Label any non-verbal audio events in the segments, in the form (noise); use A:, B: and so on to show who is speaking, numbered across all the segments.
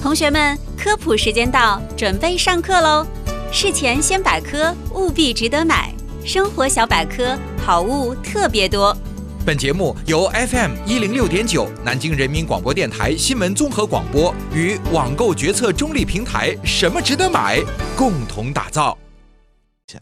A: 同学们，科普时间到，准备上课喽！事前先百科，务必值得买。生活小百科，好物特别多。
B: 本节目由 FM 一零六点九南京人民广播电台新闻综合广播与网购决策中立平台“什么值得买”共同打造。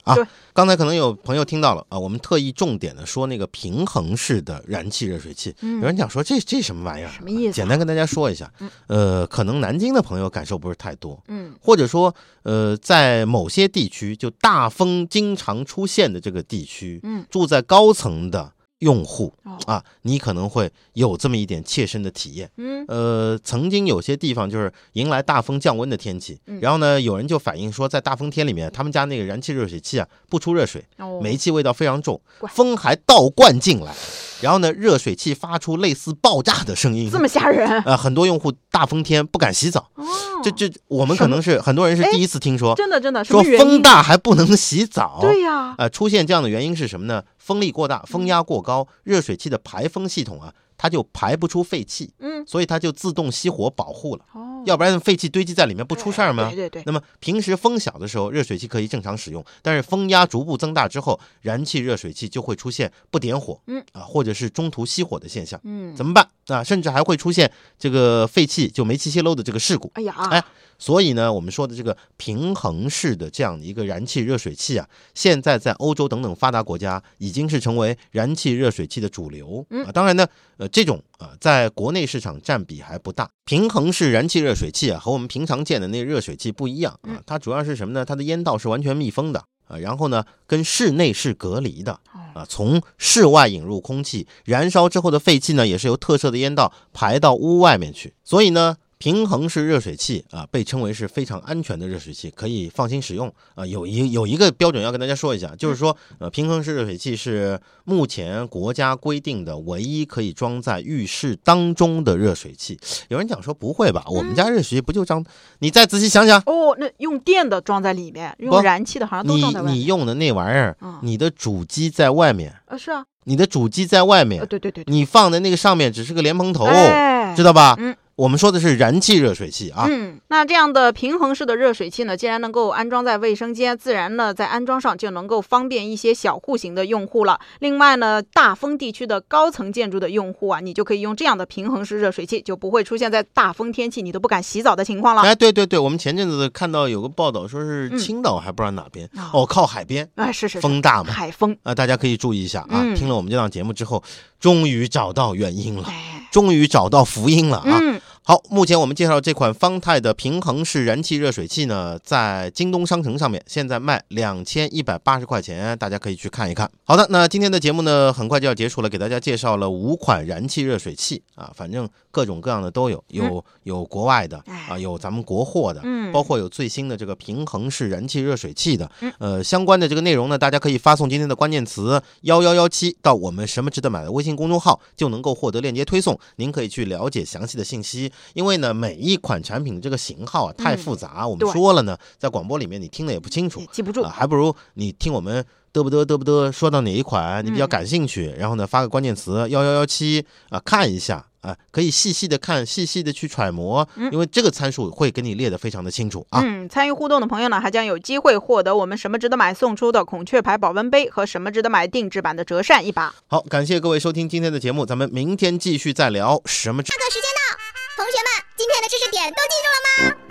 C: 啊
D: 对，
C: 刚才可能有朋友听到了啊，我们特意重点的说那个平衡式的燃气热水器。
D: 嗯
C: 有人讲说这这什么玩意儿？
D: 什么意思啊
C: 简单跟大家说一下
D: 嗯，
C: 呃，可能南京的朋友感受不是太多，
D: 嗯
C: 或者说呃，在某些地区就大风经常出现的这个地区，
D: 嗯，
C: 住在高层的用户
D: 哦
C: 啊，你可能会有这么一点切身的体验。
D: 嗯
C: 呃，曾经有些地方就是迎来大风降温的天气
D: 嗯，
C: 然后呢，有人就反映说，在大风天里面，他们家那个燃气热水器啊不出热水，
D: 哦
C: 煤气味道非常重
D: 怪，
C: 风还倒灌进来，然后呢，热水器发出类似爆炸的声音
D: 这。么吓人
C: 呃，很多用户大风天不敢洗澡，
D: 哦，
C: (laughs) 这这我们可能是很多人是
D: 哎
C: 第一次听说，
D: 真的真的什
C: 说
D: 么原
C: 风
D: 因？
C: 大还不能洗澡。
D: 对呀，嗯
C: 呃，出现这样的原因是什么呢？风力过大，风压过高，热水器的排风系统啊，它就排不出废气，
D: 嗯
C: 所以它就自动熄火保护了，
D: 哦，
C: 要不然废气堆积在里面不出事儿吗？
D: 对对对，
C: 那么平时风小的时候，热水器可以正常使用，但是风压逐步增大之后，燃气热水器就会出现不点火，
D: 嗯
C: 啊，或者是中途熄火的现象，
D: 嗯，
C: 怎
D: 么？
C: 么办啊？甚至还会出现这个废气就煤气泄漏的这个事故。
D: 哎呀，
C: 哎所以呢，我们说的这个平衡式的这样的一个燃气热水器啊，现在在欧洲等等发达国家已经是成为燃气热水器的主流。
D: 嗯
C: 啊，当然呢，呃，这种啊、呃在国内市场占比还不大。平衡式燃气热水器啊，和我们平常见的那热水器不一样啊
D: 嗯，
C: 它主要是什么呢？它的烟道是完全密封的。啊，然后呢，跟室内是隔离的
D: 哦
C: 啊，从室外引入空气，燃烧之后的废气呢，也是由特设的烟道排到屋外面去。所以呢，平衡式热水器啊，被称为是非常安全的热水器，可以放心使用啊。有一有一个标准要跟大家说一下，就是说，呃，平衡式热水器是目前国家规定的唯一可以装在浴室当中的热水器。有人讲说不会吧，我们
D: 嗯
C: 家热水器不就装？你再仔细想想，
D: 哦，那用电的装在里面，
C: 不
D: 用燃气的好像都
C: 你
D: 装在外面。
C: 你用的那玩意儿
D: 嗯，
C: 你的主机在外面，
D: 啊，是啊，
C: 你的主机在外
D: 呃，
C: 面，
D: 对对对，对
C: 你放在那个上面只是个莲蓬哎头，
D: 哎
C: 知道吧？
D: 嗯
C: 我们说的是燃气热水器啊。
D: 嗯，那这样的平衡式的热水器呢，既然能够安装在卫生间，自然呢在安装上就能够方便一些小户型的用户了。另外呢，大风地区的高层建筑的用户啊，你就可以用这样的平衡式热水器，就不会出现在大风天气你都不敢洗澡的情况了。
C: 哎，对对对，我们前阵子看到有个报道，说是
D: 嗯
C: 青岛还不知道哪边、
D: 啊
C: 哦，靠海边，
D: 哎，是是是，
C: 风大嘛，
D: 海风，
C: 啊、大家可以注意一下啊。
D: 嗯
C: 听了我们这档节目之后，终于找到原因了，
D: 哎，
C: 终于找到福音了啊！
D: 嗯，
C: 好，目前我们介绍这款方太的平衡式燃气热水器呢，在京东商城上面现在卖两千一百八十块钱，大家可以去看一看。好的，那今天的节目呢，很快就要结束了，给大家介绍了五款燃气热水器啊，反正各种各样的都有，有有国外的
D: 哎
C: 啊，有咱们国货的，
D: 嗯
C: 包括有最新的这个平衡式燃气热水器的
D: 嗯，
C: 呃，相关的这个内容呢，大家可以发送今天的关键词幺幺幺七到我们什么值得买的微信公众号，就能够获得链接推送，您可以去了解详细的信息。因为呢，每一款产品的这个型号啊太
D: 嗯
C: 复杂，我们
D: 对
C: 说了呢，在广播里面你听的也不清楚
D: 也，记不住
C: 啊，，还不如你听我们嘚不嘚嘚不嘚说到哪一款你比较
D: 嗯
C: 感兴趣，然后呢发个关键词幺幺幺七啊看一下啊，可以细细的看，细细的去揣摩，
D: 嗯
C: 因为这个参数会给你列得非常的清楚啊。
D: 嗯，参与互动的朋友呢，还将有机会获得我们什么值得买送出的孔雀牌保温杯和什么值得买定制版的折扇一把。
C: 好，感谢各位收听今天的节目，咱们明天继续再聊什么。
E: 上课时间到，同学们，今天的知识点都记住了吗？